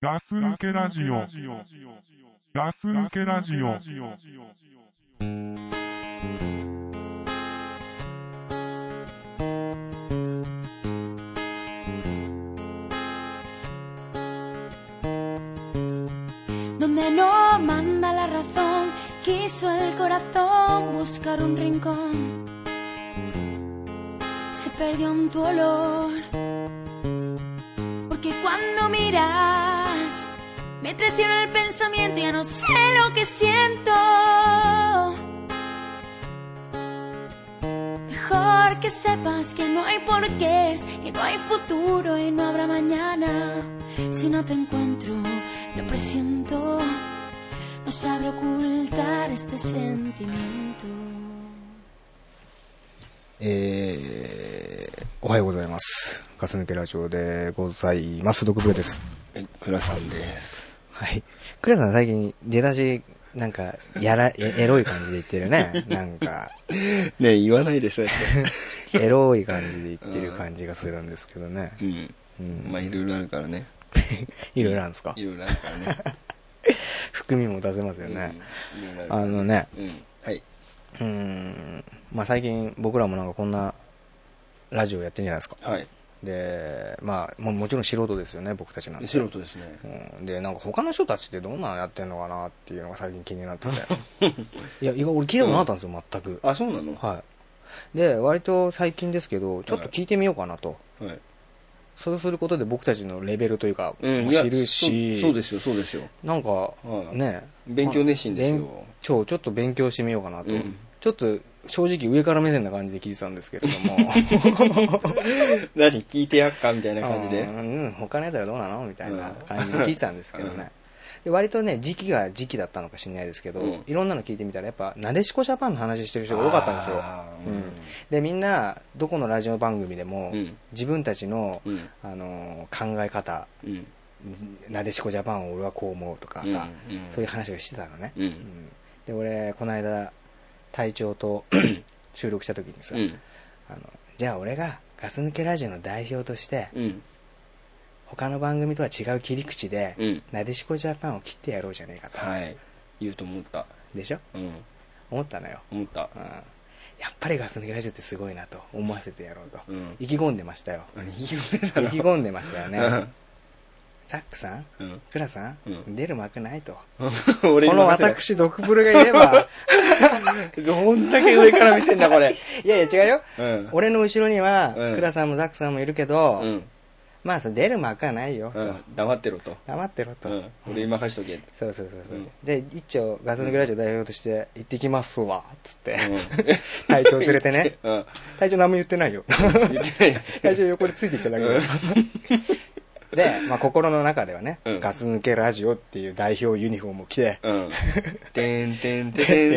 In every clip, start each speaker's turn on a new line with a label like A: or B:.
A: ガス抜けラジオ。ガス抜けラジオ。
B: Donde no manda la razón, quiso el corazón buscar un rincón. Se perdió en tu olor, porque cuando miras, me traiciona el pensamiento, ya no sé lo que siento. Mejor que sepas que no hay porqués, que no hay futuro y no habrá mañana. Si no te encuentro, lo presiento. No sabré ocultar este sentimiento.
C: えー、おはようございます。ガス抜けラジオでございます。独部です。
D: はい、倉さんです。
C: はい。クレアさん最近出だし、なんか、やら、えエロい感じで言ってるね。なんか、
D: ねえ言わないでしょ、って。
C: エロい感じで言ってる感じがするんですけどね。
D: うん。
C: うん。
D: まあ、いろいろあるからね。
C: いろいろなんですか
D: いろいろあるから ね。
C: 含みも出せますよね。
D: うん。いろいろあるから
C: あのね、
D: うん。はい。
C: うーん、まあ最近僕らもなんかこんなラジオやってんじゃないですか。
D: はい。
C: で、まあももちろん素人ですよね、僕たちなんて。
D: 素人ですね。
C: うん、でなんか他の人たちってどんなのやってんのかなっていうのが最近気になってて いや意外俺聞いたことなかったんですよ全く、
D: あ、そうなのは
C: はいで割と最近ですけどちょっと聞いてみようかなと、
D: い。
C: そうすることで僕たちのレベルというか、
D: うん。
C: も
D: いや
C: 知るし
D: そうそうですよ、そうですよ。
C: なんか、
D: はい
C: ね
D: 勉強熱心ですよ
C: まあ勉そうちょっと勉強してみようかなと、
D: うん
C: ちょっと正直上から目線な感じで聞いてたんですけれども
D: 何聞いてやっかみたいな感じ
C: う
D: で。
C: ん、うん他のやつらどうなのみたいな
D: うん
C: 感じで聞いてたんですけどね、
D: うん
C: で割とね時期が時期だったのか知らないですけど、
D: うん
C: いろんなの聞いてみたらやっぱなでしこジャパンの話してる人が多かったんですよ
D: あー
C: うんでみんなどこのラジオ番組でも、
D: うん
C: 自分たちの、
D: うん
C: あのー考え方
D: うん。
C: なでしこジャパンを俺はこう思うとかさ、
D: うんうん
C: そういう話をしてたのね、
D: うん
C: で俺この間隊長と収録した時にさ、
D: うん。
C: あのじゃあ俺がガス抜けラジオの代表として、
D: うん。
C: 他の番組とは違う切り口で、
D: うん
C: なでしこジャパンを切ってやろうじゃねえかと、
D: はい。言うと思った。
C: でしょ
D: うん。
C: 思ったのよ、
D: 思った
C: うん。やっぱりガス抜けラジオってすごいなと思わせてやろうと、
D: うん
C: 意気込んでましたよ
D: 何言
C: 意
D: う
C: 気
D: んだ
C: 込んでましたよね
D: ろ
C: ザックさん、
D: うん
C: クラさん、
D: うん
C: 出る幕ないと
D: う。俺
C: こ
D: に任せろ
C: の。私ドクブルがいれ ば
D: どんだけ上から見てんだ、これ。
C: いやいや違うよ、
D: うん
C: 俺の後ろには、
D: うん
C: クラさんもザックさんもいるけど、
D: うん。
C: まあそれ出る幕はないよと、
D: うん。黙ってろと。
C: 黙ってろと、
D: うん、俺に任しとけ、
C: そうそうそうそう、
D: うん
C: で一丁ガス抜けラジオ代表として行ってきますわっつって、
D: うん
C: 隊長連れてね
D: うん、
C: 隊長何も言ってない よ
D: 言ってない
C: 隊長横についてきただけだよ で、まあ、心の中ではね、
D: うん
C: ガス抜けラジオっていう代表ユニフォームを着て、
D: うんてんてんて
C: で
D: んてん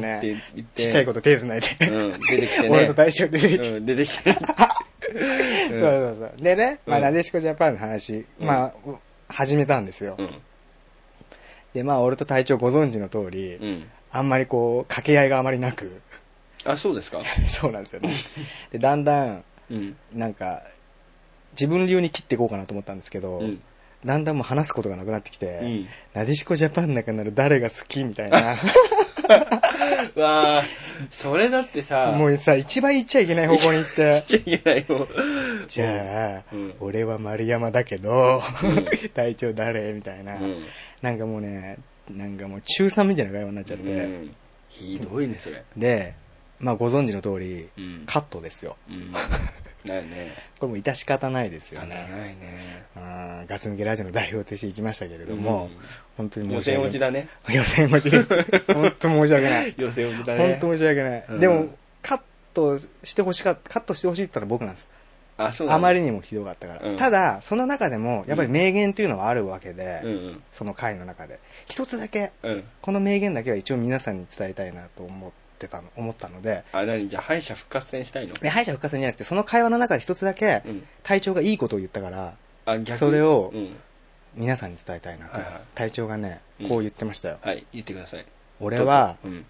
C: で
D: てん
C: でちっちゃい子と手繋いで、
D: うん出 てきてね
C: 俺と大将出てきて、
D: うん出て きて
C: そうそうそうでね、まあ、
D: うん
C: なでしこジャパンの話、まあ始めたんですよ、
D: うん
C: でまあ俺と隊長ご存知の通り、
D: うん
C: あんまりこう掛け合いがあまりなく
D: あそうですか
C: そうなんですよねでだんだん
D: うん
C: なんか自分流に切っていこうかなと思ったんですけど、
D: うん
C: だんだんもう話すことがなくなってきて、
D: うん
C: なでしこジャパンの中なら誰が好きみたい な
D: うわあそれだってさ
C: もうさ一番言っちゃいけない方向に行って
D: 言っちゃいけないよ
C: じゃあ、
D: うん
C: 俺は丸山だけど、
D: う
C: 隊長誰みたいな、
D: うん
C: なんかもうねなんかもう中3みたいな会話になっちゃって、
D: うんひどいねそれ
C: でまあご存知の通り、
D: うん
C: カットですよ
D: うんだ よね
C: これもう致し方ないですよ
D: かなら
C: ね
D: ないね
C: あーガス抜けラジオの代表として行きましたけれども、
D: うん
C: 本当に
D: 予
C: 申し訳
D: 選
C: ない
D: 落ちだね
C: 予選落ちです。本当申し訳ない。
D: 予選落ちだ ね
C: 本当申し訳ない。
D: うん
C: でも、カットしてほしかった、カットしてほしいって言ったら僕なんです。
D: あそうだね
C: あまりにもひどかったから。
D: うん
C: ただ、その中でも、やっぱり名言というのはあるわけで、
D: うんうん
C: その回の中で。一つだけ、
D: うん
C: この名言だけは一応皆さんに伝えたいなと思ってたの、思ったので、
D: あ何じゃあ敗者復活戦したいの
C: で敗者復活戦じゃなくて、その会話の中で一つだけ
D: うん、
C: 隊長がいいことを言ったから、
D: あ逆
C: それを
D: うん
C: 皆さんに伝えたいなと。
D: はいはい
C: 隊長がね
D: う、ん
C: こう言ってましたよ。
D: はい言ってください
C: 俺は
D: どうぞうん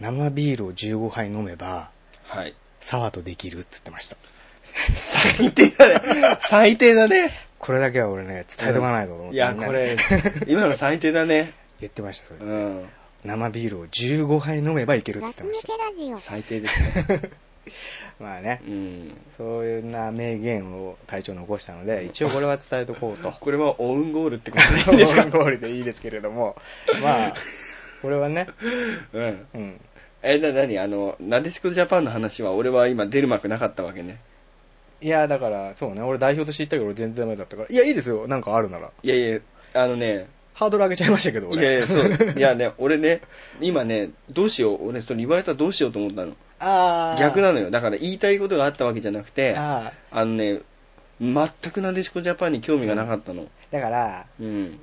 C: 生ビールを15杯飲めば、
D: はい
C: サワとできるって言ってました。
D: 最低だね最低だね
C: これだけは俺ね、伝えとかないとと思って、
D: いや、
C: みんな
D: こ
C: に
D: れ、 今の最低だね。
C: 言ってました、それ。
D: うん。
C: 生ビールを15杯飲めばいけるって言ってました。
D: 最低ですね。
C: まあね
D: う、ん。
C: そういうな名言を隊長残したので、一応これは伝えとこうと。
D: これはオウンゴールってことでい いんですか
C: ゴールでいいですけれども、まあ、これはね、
D: うん。
C: うん。
D: え、な、なにあの、なでしこジャパンの話は俺は今出る幕なかったわけね。
C: いや、だから、そうね、俺代表として言ったけど、俺全然ダメだったから、いや、いいですよ、なんかあるなら。
D: いやいや、あのね、
C: ハードル上げちゃいましたけど、
D: い
C: 俺。
D: やい や、そう。いやね、俺ね、今ね、どうしよう。俺、それ言われたらどうしようと思ったの。
C: あー
D: 逆なのよ。だから言いたいことがあったわけじゃなくて、あ
C: あー
D: のね、全くなでしこジャパンに興味がなかったの。
C: だから、
D: うん。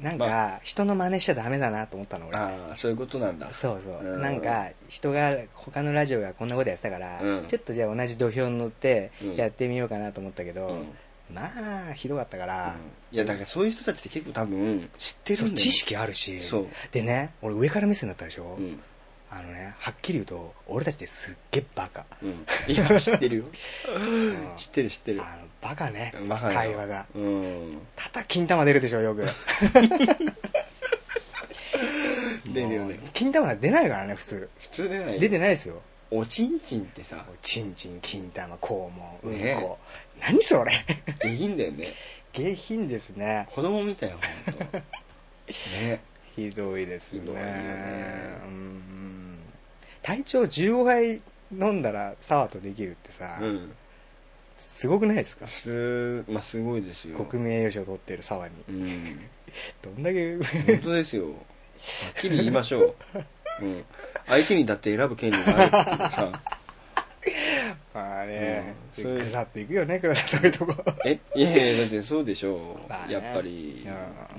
C: なんか、人の真似しちゃダメだなと思ったの、俺。
D: ああ、そういうことなんだ。
C: そうそう、
D: うん
C: なんか人が他のラジオがこんなことやってたから、
D: うん
C: ちょっとじゃあ同じ土俵に乗って
D: うん
C: やってみようかなと思ったけど、
D: うん
C: まあひどかったから、
D: いやだからそういう人たちって結構多分知ってるん
C: そ
D: だ
C: う
D: よ
C: 知識あるし
D: そう
C: でね俺上から目線だったでしょ、
D: うん、
C: あのねはっきり言うと俺たちってすっげえバカ、
D: うん、いや 知ってるよ
C: うん
D: 知ってる知ってる
C: あのバカね
D: バカだよ
C: 会話が
D: うん
C: ただ金玉出るでしょよく
D: 出るよね
C: もう金玉出ないからね普通
D: 普通出ないよ
C: 出てないですよ
D: おちんちんってさ
C: チンチン金玉肛門うんこ、
D: ね
C: 何それ
D: 下品だよね
C: 下品ですね
D: 子供みたいよほんと ね
C: ひどいですね
D: ひどいよね
C: うん体調15杯飲んだらサワーとできるってさ、
D: うん
C: すごくないですか
D: すまあすごいですよ
C: 国民栄誉賞を取ってるサワーに
D: うん
C: どんだけ
D: 本当ですよはっきり言いましょう、うん、相手にだって選ぶ権利があるっていうさ
C: まあね、
D: うんそういう
C: 腐っていくよね倉田そういうとこ
D: えいやいやだってそうでしょう、
C: まあね
D: やっぱり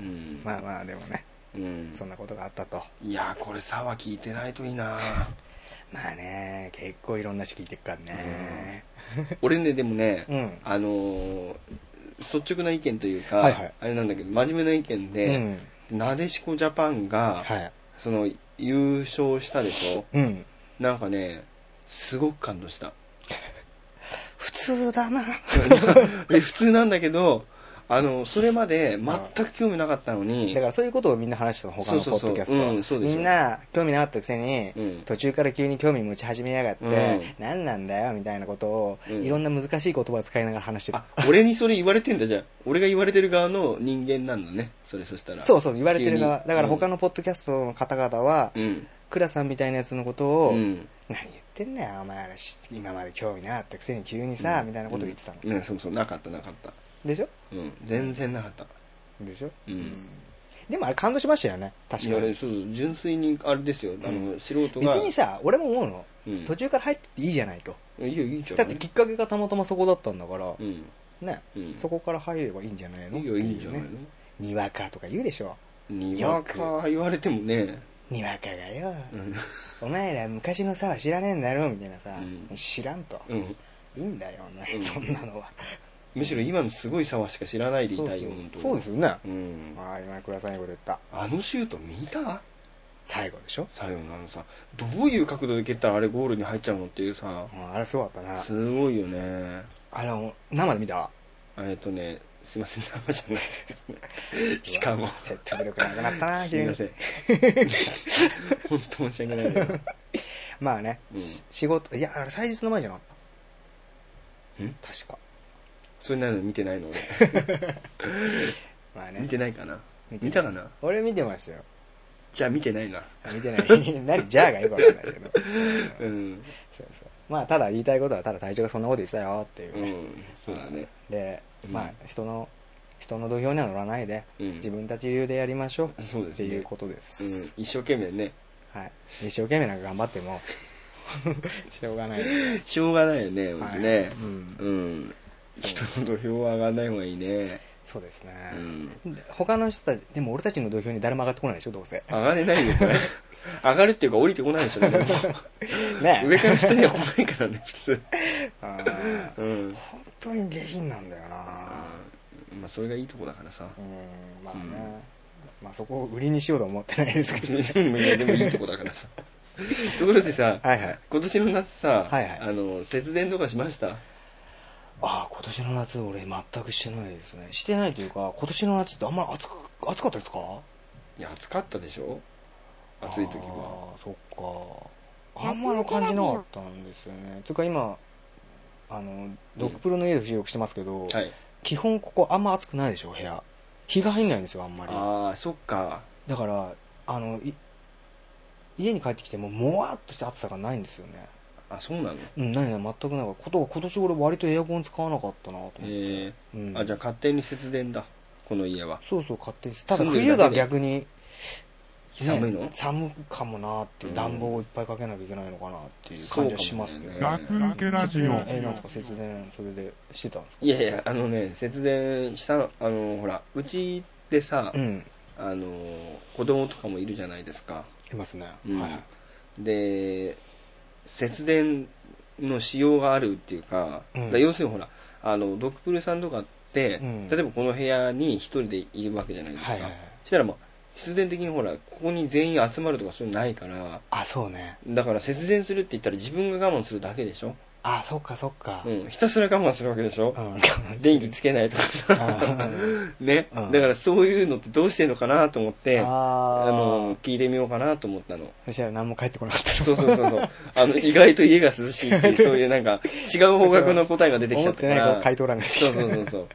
C: う
D: うん
C: まあまあでもね
D: うん
C: そんなことがあったと
D: いやーこれさは聞いてないといいな
C: まあね結構いろんなし聞いてくからね
D: 俺ねでもね、
C: うん
D: あのー率直な意見というか、
C: はいはい
D: あれなんだけど真面目な意見で、なでしこジャパンが、
C: はい
D: その優勝したでしょ
C: うん
D: なんかねすごく感動 した
C: 普通だな
D: え普通なんだけどあのそれまで全く興味なかったのに
C: だからそういうことをみんな話してたの他の
D: そ
C: ポ
D: う
C: ッ
D: そうそう
C: ドキャス
D: うん
C: ト
D: そ
C: は
D: うでし
C: み
D: ょ
C: んな興味なかったくせに、
D: うん
C: 途中から急に興味持ち始めやがって、
D: うん
C: 何なんだよみたいなことを、
D: うん
C: いろんな難しい言葉を使いながら話してた
D: あ俺にそれ言われてんだじゃん俺が言われてる側の人間なんだねそれそしたら
C: そうそう言われてる側
D: 急に
C: だから他のポッドキャストの方々は、
D: うん
C: 倉さんみたいなやつのこと
D: う
C: を、
D: んうん
C: 何言ってんだよお前らし今まで興味なかったくせに急にさ、みたいなことを言ってたの、
D: うん、ねそうそうなかったなかった
C: でしょ
D: うん全然なかった
C: でしょ、
D: うん
C: でもあれ感動しましたよね確
D: い
C: か
D: や
C: に
D: そうそう純粋にあれですよあの、素人
C: 別
D: が
C: にさ俺も思うの、
D: うん
C: 途中から入ってっていいじゃないと
D: いやいいじゃん
C: だってきっかけがたまたまそこだったんだから、
D: うん
C: ね、
D: うん
C: そこから入ればいいんじゃないの
D: いいよいいじゃない
C: ねにわかとか言うでしょ
D: のにわか言われてもね
C: にわかがよ、
D: うん
C: お前ら昔のさ知らねえんだろみたいなさ、
D: うん
C: 知らんと、
D: うん
C: いいんだよお前、
D: うん
C: そんなのは
D: むしろ今のすごい沢しか知らないでい
C: そう
D: た
C: そ
D: いうよ本当
C: そうですよね、
D: うん
C: ああ今倉さんいいこと言った
D: あのシュート見た
C: 最後でしょ、
D: 最後のあのさどういう角度で蹴ったらあれゴールに入っちゃうのっていうさ
C: うんあれすごかったな
D: すごいよね
C: あの生で見た
D: えっとねすいません生じゃないですねしか
C: う
D: も
C: わ説得力なくなったな
D: すいませ
C: 急に
D: ん本当申し訳ないけど
C: まあね、
D: うん
C: し仕事いやあれ祭日の前じゃなかった
D: ん
C: 確か
D: それなの見てないの俺
C: まあね
D: 見てないかな
C: 見
D: 見
C: てない
D: たかな
C: 俺見てましたよ
D: じゃあ見てないな
C: 見てない。 何じゃあがよくわかんないけど。
D: うん
C: そうそう。まあ、ただ言いたいことは、ただ隊長がそんなこと言ってたよっていう
D: う
C: ね。
D: んそうだね
C: で、
D: うん
C: まあ、人の、人の土俵には乗らないで、
D: うん
C: 自分たち流でやりましょう。
D: そうで
C: っ
D: す
C: て
D: ね
C: いうことで
D: うん
C: す。
D: 一生懸命ね
C: はい。一生懸命なんか頑張っても、 しょうがない。
D: しょうがないよね本当ね
C: はいうん
D: うん人の土俵は上がらない方がいいね
C: そうですね。
D: うん
C: で他の人たち、でも俺たちの土俵に誰も上がってこないでしょ、どうせ。
D: 上がれないよ これ上がるっていうか降りてこないでしょ誰も
C: ね
D: 上から下には来ないからね普通
C: あー
D: うん
C: 本当に下品なんだよな
D: まあそれがいいとこだか らさ
C: うん、まあね。まあ、そこを売りにしようとは思ってないですけどね。
D: うんいやでもいいとこだからさところでさ
C: はいはい
D: 今年の夏さ
C: はいはい
D: あの節電とかしました
C: ああ今年の夏俺全くしてないですねしてないというか今年の夏ってあんまり暑く暑かったですか
D: いや暑かったでしょ暑い時は
C: あーそっかあんまり感じなかったんですよねというか今あのドクプロの家で収録してますけど、
D: はい
C: 基本ここあんま暑くないでしょ部屋日が入んないんですよあんまり
D: ああそっか
C: だからあのい家に帰ってきてももわっとした暑さがないんですよね
D: あそうなのへ
C: うんないない全くないこと今年俺割とエアコン使わなかったなと思って、
D: え
C: うん、
D: あじゃあ勝手に節電だこの家は
C: そうそう勝手ですただ
D: 住んで
C: 冬
D: るだ
C: が
D: けで
C: 逆に、ね
D: 寒いの
C: 寒かもなーっていううん暖房をいっぱいかけなきゃいけないのかなっていう感じはしますけど、
D: そうかも
A: ガ
D: ね
A: ス抜けラジオ。
C: えーなんですか節電それでしてたんですか
D: いやいやあのね節電したのあのほらうちでさ、
C: うん
D: あの子供とかもいるじゃないですか、
C: いますね、
D: うん
C: はい
D: で節電の仕様があるっていうか,、
C: うん
D: だから要するにほらあのドクプルさんとかって、
C: うん
D: 例えばこの部屋に一人でいるわけじゃないですか、
C: はいはいはい
D: そしたらまあ必然的にほらここに全員集まるとかそういうのないから
C: あそうね
D: だから節電するって言ったら自分が我慢するだけでしょ、
C: あそっかそっか
D: うん、ひたすら我慢するわけでしょ、
C: うん
D: 電気つけないとかさ ね、
C: うん
D: だからそういうのってどうしてんのかなと思ってあ
C: ああ
D: の聞いてみようかなと思ったの
C: そしたら何も帰ってこなかった
D: そうそうそうそう あの意外と家が涼しい っていうそういうなんか違う方角の答えが出てきち
C: 思
D: ゃ
C: っ
D: った
C: て
D: か
C: ないからら回答欄が出てき
D: そう
C: た
D: そうそうそう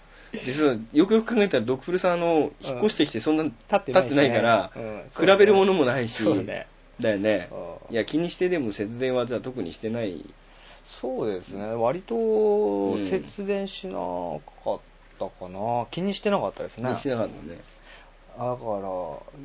D: 実はよくよく考えたらドクフルさんあの引っ越してきてそんな立
C: 立
D: ってないから、比べるものもないし
C: そうね
D: だよね
C: うん
D: いや気にしてでも節電はじゃあ特にしてない
C: そうですね割と
D: うん
C: 節電しなかったかな、気にしてなかったですね
D: に
C: だ
D: して
C: か
D: なかったね
C: ら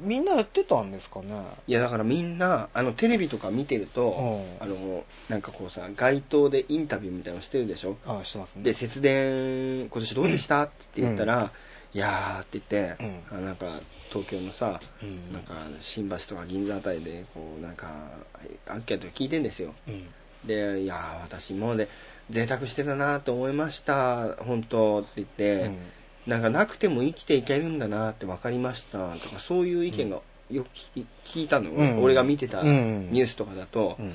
C: みんなやってたんですかね
D: いやだからみんなあのテレビとか見てると、
C: うん
D: あのなんかこうさ街頭でインタビューみたいなのしてるでしょ
C: あしてますね
D: で節電今年どうでしたって言ったら、いやーって言って、
C: う
D: あなんか東京のさ、
C: うん
D: なんか新橋とか銀座あたりでこうなんかアンケート聞いてんですよ
C: うん
D: でいやー私今まで贅沢してたなと思いました本当って言って、
C: うん
D: なんかなくても生きていけるんだなって分かりましたとかそういう意見がよく聞き聞いたの、
C: うん
D: 俺が見てた
C: うん
D: ニュースとかだと、
C: うん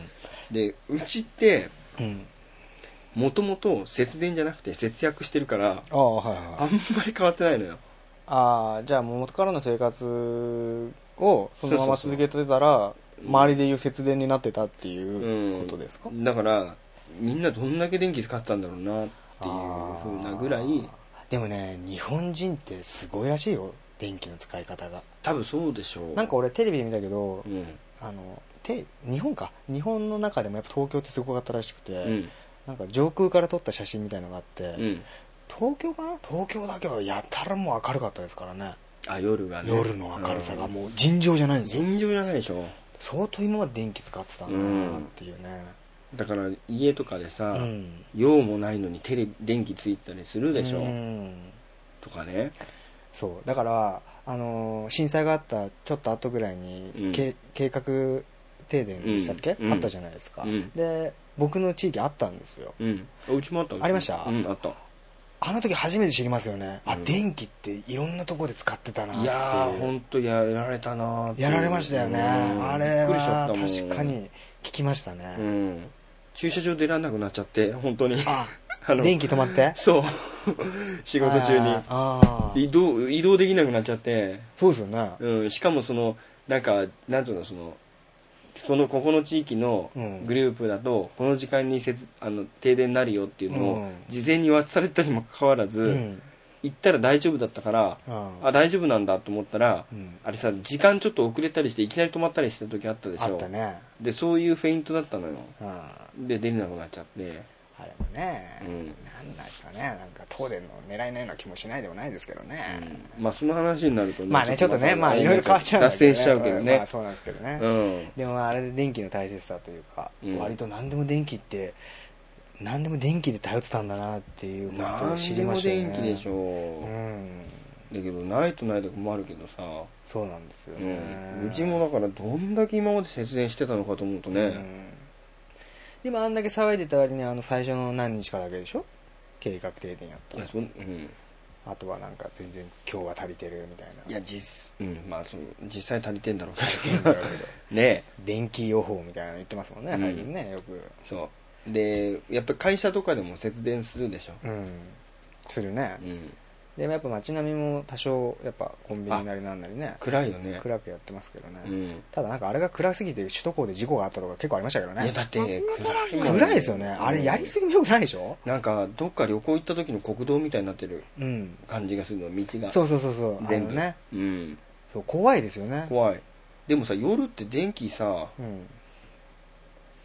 D: でうちって
C: うん
D: もともと節電じゃなくて節約してるから
C: ああはいはい
D: あんまり変わってないのよ
C: ああじゃあもう元からの生活をそのまま
D: そうそうそう
C: 続けてたら周りでいう節電になってたっていう
D: う
C: こ
D: ん
C: とですか、
D: だからみんなどんだけ電気使ったんだろうなっていうふうなぐら
C: あ
D: い
C: ーでもね日本人ってすごいらしいよ電気の使い方が
D: 多分そうでしょう
C: なんか俺テレビで見たけど
D: うん
C: あのて日本か日本の中でもやっぱ東京ってすごかったらしくて、
D: うん
C: なんか上空から撮った写真みたいのがあって、
D: うん
C: 東京かな東京だけはやたらもう明るかったですからね
D: あ夜がね
C: 夜の明るさが
D: うん
C: もう尋常じゃないんですよ
D: 尋常じゃないでしょ
C: 相当今まで電気使ってたんだなっていうね
D: だから家とかで
C: う
D: さ、
C: ん
D: 用もないのにテレビ電気ついたりするでしょ、
C: うん
D: とかね
C: そうだから、あのー震災があったちょっと後ぐらいに、
D: うん
C: け計画停電でしたっけ、
D: うん
C: あったじゃないですか、
D: うん
C: で僕の地域あったんですよ
D: うんうちもあった
C: ありました
D: うんあった
C: あの時初めて知りますよね、あ
D: うん
C: 電気っていろんなところで使ってたなっていう
D: いやー本当やられたなーっていう
C: やられましたよね、
D: うん
C: あれ
D: びっくりしちゃ
C: は
D: ったもん
C: 確かに聞きました
D: う
C: ね、
D: ん駐車場出られなくなっちゃって本当に
C: あ
D: あの
C: 電気止まって
D: そう 仕事中に
C: あーあー
D: 移動移動できなくなっちゃって、
C: そうですよね、
D: うん、しかもそのなんかなんつうのそのこのここの地域の
C: うん
D: グループだと、この時間にせつあの停電になるよっていうのを、
C: うん
D: 事前に渡されたにもかかわらず、
C: うん
D: 行ったら大丈夫だったから、
C: あー
D: あ大丈夫なんだと思ったら、
C: うん
D: あれさ時間ちょっと遅れたりしていきなり止まったりした時あったでしょ
C: あったね、
D: でそういうフェイントだったのよ
C: うん、
D: で出れなくなっちゃって、
C: あれもね、
D: うん
C: なんなんですかねなんか東電の狙いのような気もしないでもないですけどね、
D: まあその話になると
C: まあねちょっとねまあいろいろ変わっちゃうんだ
D: 脱
C: けどね
D: 線しちゃうけどね
C: まあ、そうなんですけどね、
D: うん
C: でもあれで電気の大切さというか、
D: うん
C: 割と何でも電気って何でも電気で頼ってたんだなっていうことを知
D: 何
C: り
D: で
C: ま
D: も
C: したよね
D: 電気でしょ、
C: うん
D: だけどないとないで困るけどさ、
C: そうなんですよ
D: う
C: ね、
D: ん、うちもだからどんだけ今まで節電してたのかと思うと
C: う
D: ね、
C: んでもあんだけ騒いでた割にあの最初の何日かだけでしょ計画停電やっ
D: いや
C: た
D: そんうん
C: あとはなんか全然今日は足りてるみたいない
D: や実,、うんまあ、その実際足りてんだろうけ
C: うん
D: どねえ
C: 電気予報みたいなの言ってますもんね
D: うん
C: 最近ね、よく
D: そうでやっぱり会社とかでも節電するでしょ、
C: うんするね
D: うん、
C: でもやっぱ街並みも多少やっぱコンビニなりなんなりね
D: 暗いよね
C: 暗くやってますけどね、
D: うん
C: ただなんかあれが暗すぎて首都高で事故があったとか結構ありましたけど
D: いや
C: ね
D: だってね暗いもん
C: 暗いですよねあれやりすぎもよくないでしょ
D: なんかどっか旅行行った時の国道みたいになってる
C: うん
D: 感じがするの道が
C: そうそうそうそう
D: 全部
C: あのね
D: うん
C: そう怖いですよね
D: 怖いでもさ夜って電気さ
C: うん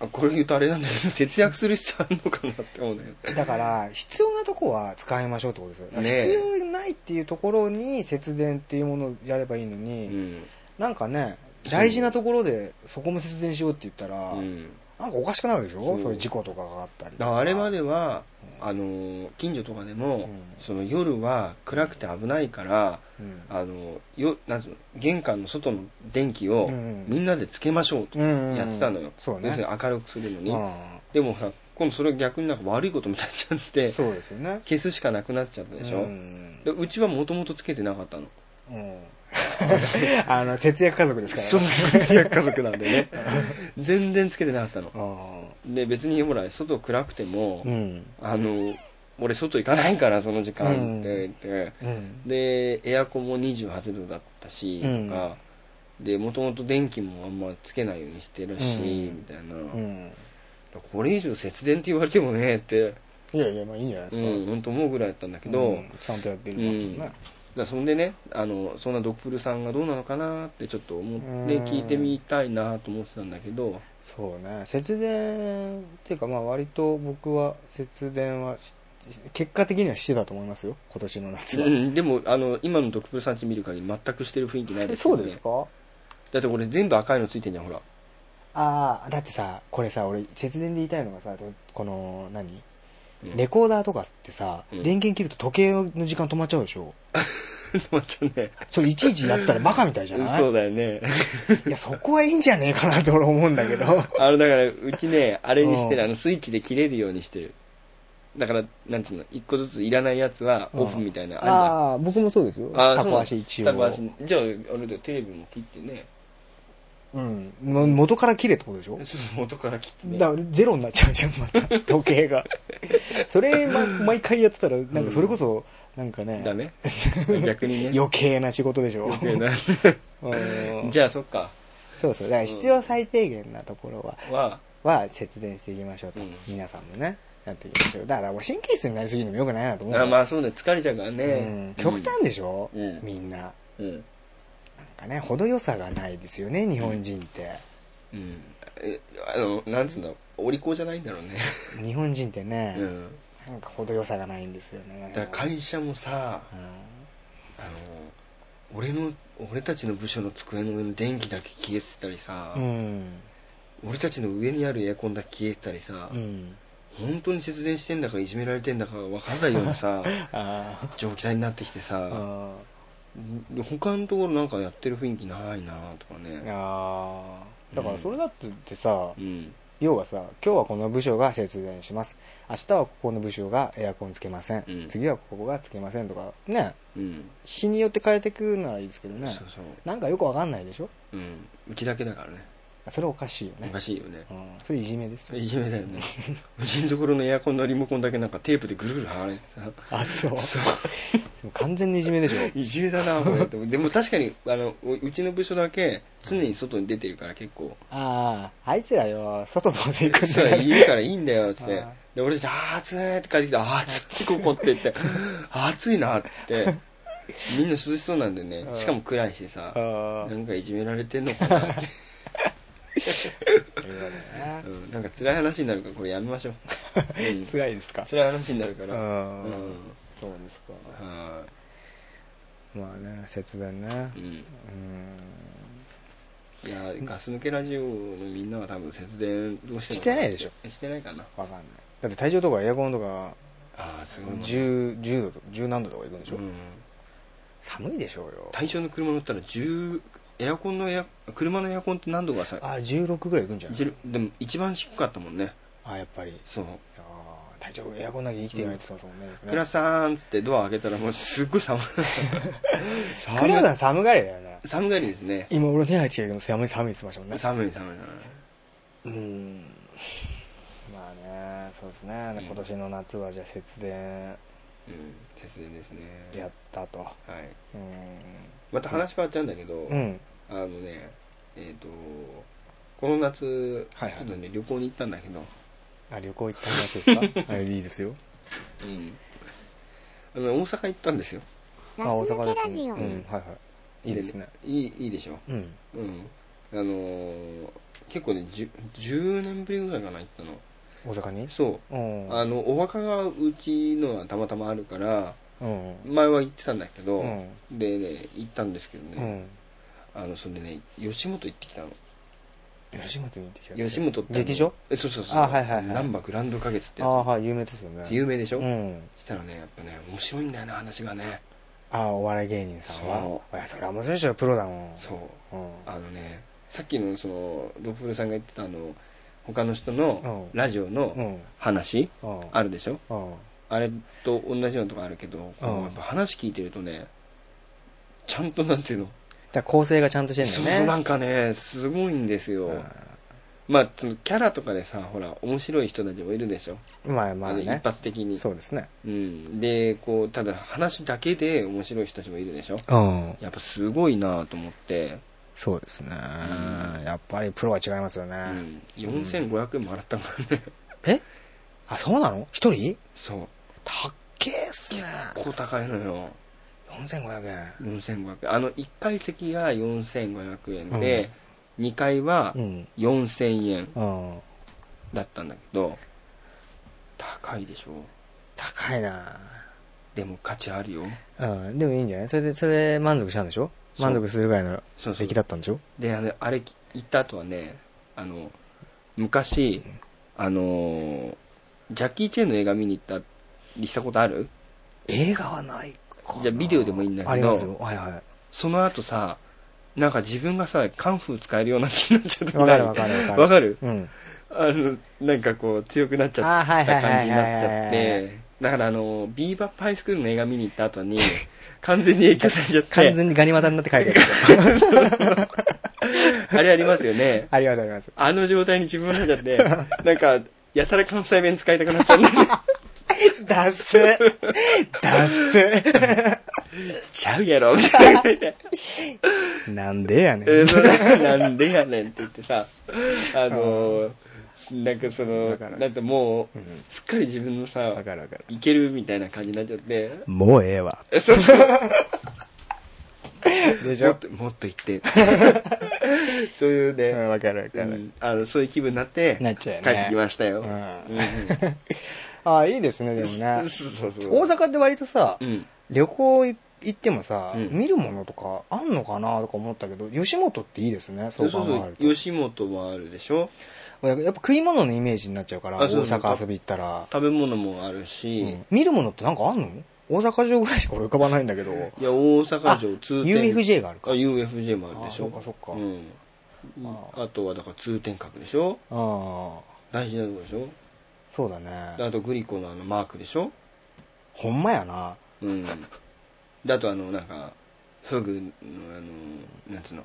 D: あこれ言うとあれなんだ けど節約する必要あるのかなって思うね
C: だから必要なとこは使いましょうってことですよ、だから
D: ねえ
C: 必要ないっていうところに節電っていうものをやればいいのに、
D: うん、
C: なんかね
D: そう
C: 大事なところでそこも節電しようって言ったら、
D: うん、
C: なんかおかしくなるでしょ
D: そう
C: そういう事故とかがあったりとか
D: だか
C: ら
D: あれまではあのー近所とかでも、
C: うん
D: その夜は暗くて危ないから
C: うん
D: あのよなんつうの玄関の外の電気を
C: うん
D: みんなでつけましょうと
C: うん
D: やってたのよ、
C: そう
D: 要す
C: ね
D: るに明るくするのに、
C: うん
D: でもさ今度それが逆になんか悪いことみたいになっちゃって
C: そうですよね
D: 消すしかなくなっちゃったでしょ、う
C: うん
D: でうちはもともとつけてなかったの
C: うん あの節約家族ですからね
D: そう節約家族なんで ね全然つけてなかったの
C: あ
D: で別にほら外暗くても、
C: ーうん
D: あの俺外行かないからその時間って言って、
C: うん
D: でエアコンも28度だったしと
C: うん
D: か、でもともと電気もあんまつけないようにしてるし、
C: うん
D: みたいな、
C: うん
D: これ以上節電って言われてもねって、
C: いやいやまあいいんじゃないで
D: う
C: すか、
D: ん、本当思うぐらいだったんだけど、
C: うんちゃんとやってますよ
D: うん
C: ね、
D: だそんでねあのそんなドクプルさんがどうなのかなってちょっと思って
C: うん
D: 聞いてみたいなと思ってたんだけど
C: そうね節電っていうかまあ割と僕は節電はし結果的にはしてたと思いますよ今年の夏は、
D: うんでもあの今のドクプルさんち見る限り全くしてる雰囲気ないですよね
C: か
D: だってこれ全部赤いのついてんじゃんほ ら
C: ああだってさこれさ俺節電で言いたいのがさこの何
D: うん
C: レコーダーとかってさ、
D: うん
C: 電源切ると時計の時間止まっちゃうでしょ
D: 止まっちゃうね
C: それいちいちやったらバカみたいじゃない
D: そうだよね
C: いやそこはいいんじゃねえかなと俺思うんだけど
D: あのだからうちねあれにして
C: う
D: る
C: ん
D: あのスイッチで切れるようにしてるだからなんつうの一個ずついらないやつはオフみたいなあ
C: ああ僕もそうですよ
D: るじゃん
C: タコ足一
D: タコ
C: 応
D: 足じゃああれだよテレビも切ってね
C: うんも元から切れってことでしょ
D: そう元から切ってね
C: だからゼロになっちゃうじゃんまた時計 がそれ、ま、毎回やってたらなんかそれこそなんかね、
D: だ ね逆にね
C: 余計な仕事でしょ
D: 余計 な
C: うん
D: じゃあそっか
C: そうそうだから必要最低限なところは
D: は
C: は節電していきましょうと、
D: うん
C: 皆さんもねやっていきましょうだから俺神経質になりすぎるのもよくないなと思う
D: あま
C: あ
D: あそうね疲れちゃうから
C: うん
D: ね、
C: 極端でしょ、
D: うん
C: みんななん
D: うん
C: かね程よさがないですよね日本人って、
D: うんえあのなんつうんだろうお利口じゃないんだろうね
C: 日本人ってね、
D: うん
C: なんか程よさがないんですよね
D: だから会社もさ
C: う
D: あの俺の俺たちの部署の机の上の電気だけ消えてたりさ、
C: んうん、
D: 俺たちの上にあるエアコンだけ消えてたりさ、
C: うん、
D: 本当に節電してんだかいじめられてんだか分かんないよう なさ
C: あー
D: 状態になってきてさ、
C: あ
D: 他のところなんかやってる雰囲気ないなとか
C: ー
D: ね
C: あーだからそれだってってさ、
D: うん
C: 要はさ今日はこの部署が節電します明日はここの部署がエアコンつけません、
D: うん
C: 次はここがつけませんとかね
D: うん、
C: 日によって変えてくならいいですけどね
D: そうそう、
C: なんかよくわかんないでしょ
D: うん、うちだけだからね
C: それおかしいよ
D: お
C: ね
D: か、しいよね
C: うん、それいじめですよ
D: いじめだよ ねうちのところのエアコンのリモコンだけなんかテープでぐるぐる剥がれてさ
C: あそう
D: そう
C: もう完全にいじめでし ょ
D: いじめだなこれって でも確かにあのううちの部署だけ常に外に出てるから結構
C: あああいつらよ外どうせ行くん
D: そう
C: だよ
D: 家からいいんだよっつって
C: あー
D: で俺たち「あー暑い」って帰ってきて「あー暑いここ」って言って「あー暑いな」って言ってみんな涼しそうなんでね
C: うん
D: しかも暗いしさ
C: あ
D: なんかいじめられてんのかなって、
C: あいうわけね
D: うん、なんか辛い話になるからこれやめま しょう、うん、辛
C: 辛いですか
D: い話になるから
C: うん
D: うん
C: そうですか
D: は
C: まあね節電ね
D: いうん
C: うん
D: いやガス抜けラジオのみんなは多分節電どうして
C: してないでしょ
D: ょしてないかな
C: わかんないだって体調とかエアコンとか
D: ああすごいもんね
C: 10, 10度と10何度とかいくんでしょ、
D: うん
C: 寒いでしょうよ
D: 対象の車乗ったら10エアコンのエア車のエアコンって何度かさ
C: あ16ぐらいいくんじゃない
D: 一でも一番低かったもんね
C: あやっぱり
D: そう
C: あー体調エアコンなきゃ生きていけないって言ってますもんね,、
D: 「倉さん」っつってドア開けたらもうすっごい寒い
C: クラさ
D: 寒
C: ん寒
D: い
C: がりだよね
D: 寒がりですね
C: 今俺手入ってきたけど寒い寒いって言ってましたもんね
D: 寒い寒い寒いう
C: ーんまあねそうですね、
D: うん
C: 今年の夏はじゃあ節電
D: うん節電ですね
C: やったと
D: はい
C: うん
D: また話変わっちゃうんだけど、
C: うん
D: あのねえっ、とこの夏、
C: はいはい
D: ちょっとね旅行に行ったんだけど、
C: あ旅行行った話ですか あいいですよ
D: うんあの大阪行ったんですよ
C: あ大阪です
B: ラジ
C: ね
B: オ
C: うんはいはいいいですね
D: いいいいでしょ
C: うん
D: うんあのー結構ね 10, 10年ぶりぐらいかな行ったの
C: 大阪に
D: そううんあのお墓がうちのはたまたまあるから
C: うん
D: 前は行ってたんだけど、
C: うん
D: でね行ったんですけど
C: う
D: ね、
C: ん
D: あのそれでね吉本行ってきたの
C: 吉本に行ってきた
D: 吉本ってあの
C: 劇場
D: えそうそうそう
C: あはいはいはい
D: 難波グランド花月って
C: あ
D: やつ
C: あはい有名ですよね
D: 有名でしょ、
C: うん
D: したらねやっぱね面白いんだよね話がね
C: ああお笑い芸人さんは
D: そ
C: いやそれは面白いでしょプロだもん
D: そう
C: うん
D: あのねさっきのそのドクフルさんが言ってたあの他の人の
C: うん
D: ラジオ
C: う
D: の
C: ん
D: 話、
C: うん
D: あるでしょ
C: うん
D: あれと同じようなとこあるけど、このやっぱ話聞いてるとねちゃんとなんていうの
C: だから構成がちゃんとして
D: そ
C: ん
D: う
C: だよね
D: なんかねすごいんですよ、
C: う
D: まあそのキャラとかでさほら面白い人たちもいるでしょ、
C: んまあま
D: あ
C: あ
D: の
C: ね
D: 一発的に
C: そうですね
D: うん、でこうただ話だけで面白い人たちもいるでしょ
C: うん
D: やっぱすごいなと思って、
C: そうですね、やっぱりプロは違いますよね、
D: うん、4500円もらったからね
C: えあそうなの一人
D: そう
C: たっけーっすね
D: ここ高いのよ
C: 4500円
D: 4500円あの1階席が4500円で、2階は
C: うん
D: 4000円
C: うん
D: だったんだけど高いでしょ
C: 高いな
D: でも価値あるよ
C: うんでもいいんじゃないそれでそれで満足したんでしょ
D: そう
C: 満足するぐらいの
D: そうそう
C: 出来だったんでしょ
D: であれあれ行った後はねあの昔あのージャッキー・チェンの映画見に行ったりしたことある
C: 映画はないかな
D: じゃあビデオでもいいんだけど
C: ありますよはいは
D: その後さなんか自分がさカンフー使えるような気になっちゃっ
C: い
D: た
C: わかるわかるわかる
D: わかる
C: うん
D: あのなんかこう強くなっちゃ
C: あは
D: っ
C: いは
D: た
C: いは
D: 感じ
C: い
D: に
C: は
D: ないっちゃっ
C: はい
D: てだからあのビーバップハイスクールの映画見に行っ た後に完全に影響されちゃって
C: 完全にガニ股になって書いてある
D: あれありますよね
C: ありがとうございます
D: あの状態に自分になっちゃって なんかやたら関西弁使いたくなっちゃうんだよね
C: ダッスダッ
D: ちゃうやろみた いな
C: スなんでやねん
D: えーそれなんでやねんって言ってさあのなんかその
C: わかる
D: なんても
C: う
D: う、
C: ん
D: すっかり自分のさ
C: わかるわかる
D: いけるみたいな感じになっちゃって
C: もうええわ
D: えそう そう
C: で
D: もっともっと言って そういうね、
C: うんわかるわか
D: う
C: る
D: んあのそういう気分になって
C: なっちゃうよね
D: 帰ってきましたよ、
C: うん
D: うんうん
C: あいいですねでもね
D: そうそうそう
C: 大阪って割とさ
D: うん
C: 旅行い行ってもさ
D: うん
C: 見るものとかあんのかなとか思ったけど吉本っていいですね
D: そ
C: そうう
D: そ
C: 考
D: う
C: え
D: そう
C: る
D: 吉本もあるでしょ
C: とやっぱやっぱ食い物のイメージになっちゃうから
D: あ
C: 大
D: そう
C: 阪遊び行ったら
D: 食べ物もあるし、
C: うん見るものってなんかあんの大阪城ぐらいしか俺浮かばないんだけど
D: いや大阪
C: あ
D: 城通天
C: UFJ がある
D: あ
C: か
D: UFJ もあるでしょ
C: あそっかそっか
D: うん
C: あ
D: あとはだから通天閣でしょ
C: ああ
D: 大事なとこでしょ
C: そうだ
D: で
C: ね
D: あとグリコのあのマークでしょ
C: ほんまやな
D: うんであとあのなんかフグのあのなんつうの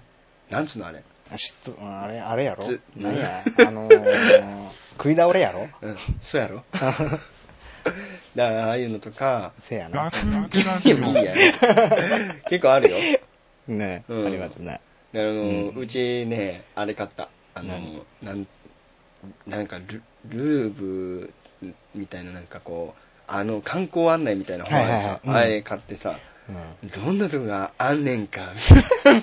D: なんつうのあれ
C: あしつうんあれあれやろ
D: つ
C: 何やあのー食い倒れやろ
D: うんそうやろ だからああいうのとか
C: せや
A: ガ
C: な
A: ス抜きラ
D: い
A: ジ
D: や
A: オ。
D: 結構あるよ
C: ね
D: うん
C: ありますね
D: あの、う
C: うん
D: ちねあれ買ったあの
C: 何
D: なんなんかルルーブみたいななんかこうあの観光案内みたいな本あるでし
C: はい
D: ょ、
C: はいはいうん
D: あれ買ってさ
C: うん
D: どんなとこがあんねんかみたいな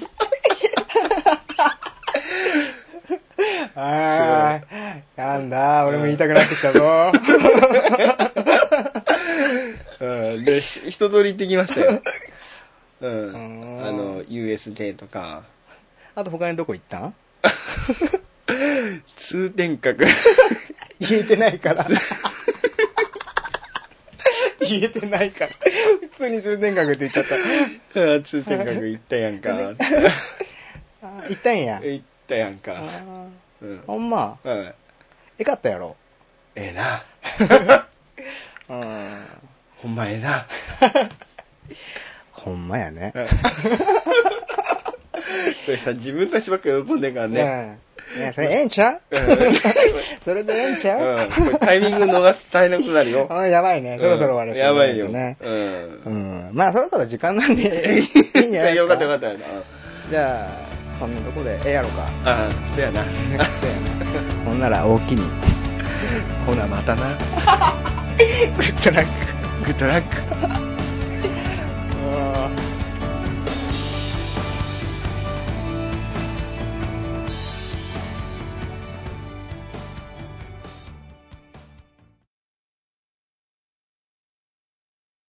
C: ああ、なんだ、俺も言いたくなってきたぞ。
D: うんでひ一通り行ってきましたよ、うん、
C: ん
D: あの USJ とか
C: あと他にどこ行ったん
D: 通天閣
C: 言えてないから。言えてないから。普通に通天閣って言っちゃっ
D: うん通天閣行ったやんか
C: た。あー行ったんや。
D: 行ったやん
C: あ
D: か、
C: ー
D: うん
C: ほんま、
D: うん
C: えかったやろ。
D: ええな
C: うん。
D: ほんまええな
C: ほんまやね。
D: それさ自分たちばっか喜んでるからね、
C: ねえねそれええんちゃう それでええんちゃう、
D: うんこれタイミング逃すと大変なことな るよ。
C: あやばいね。そろそろ終わら
D: うん
C: せ
D: やばいよ。う。
C: ね。うんん。まあ、そろそろ時間なんで、 いいんじゃないですか。
D: よかったよかった。
C: じゃあ、こんなとこでええやろか。
D: ああ、そうやな。
C: ほんなら、大きに。
D: ほな、またな。
C: グッドラック。
D: グッドラック。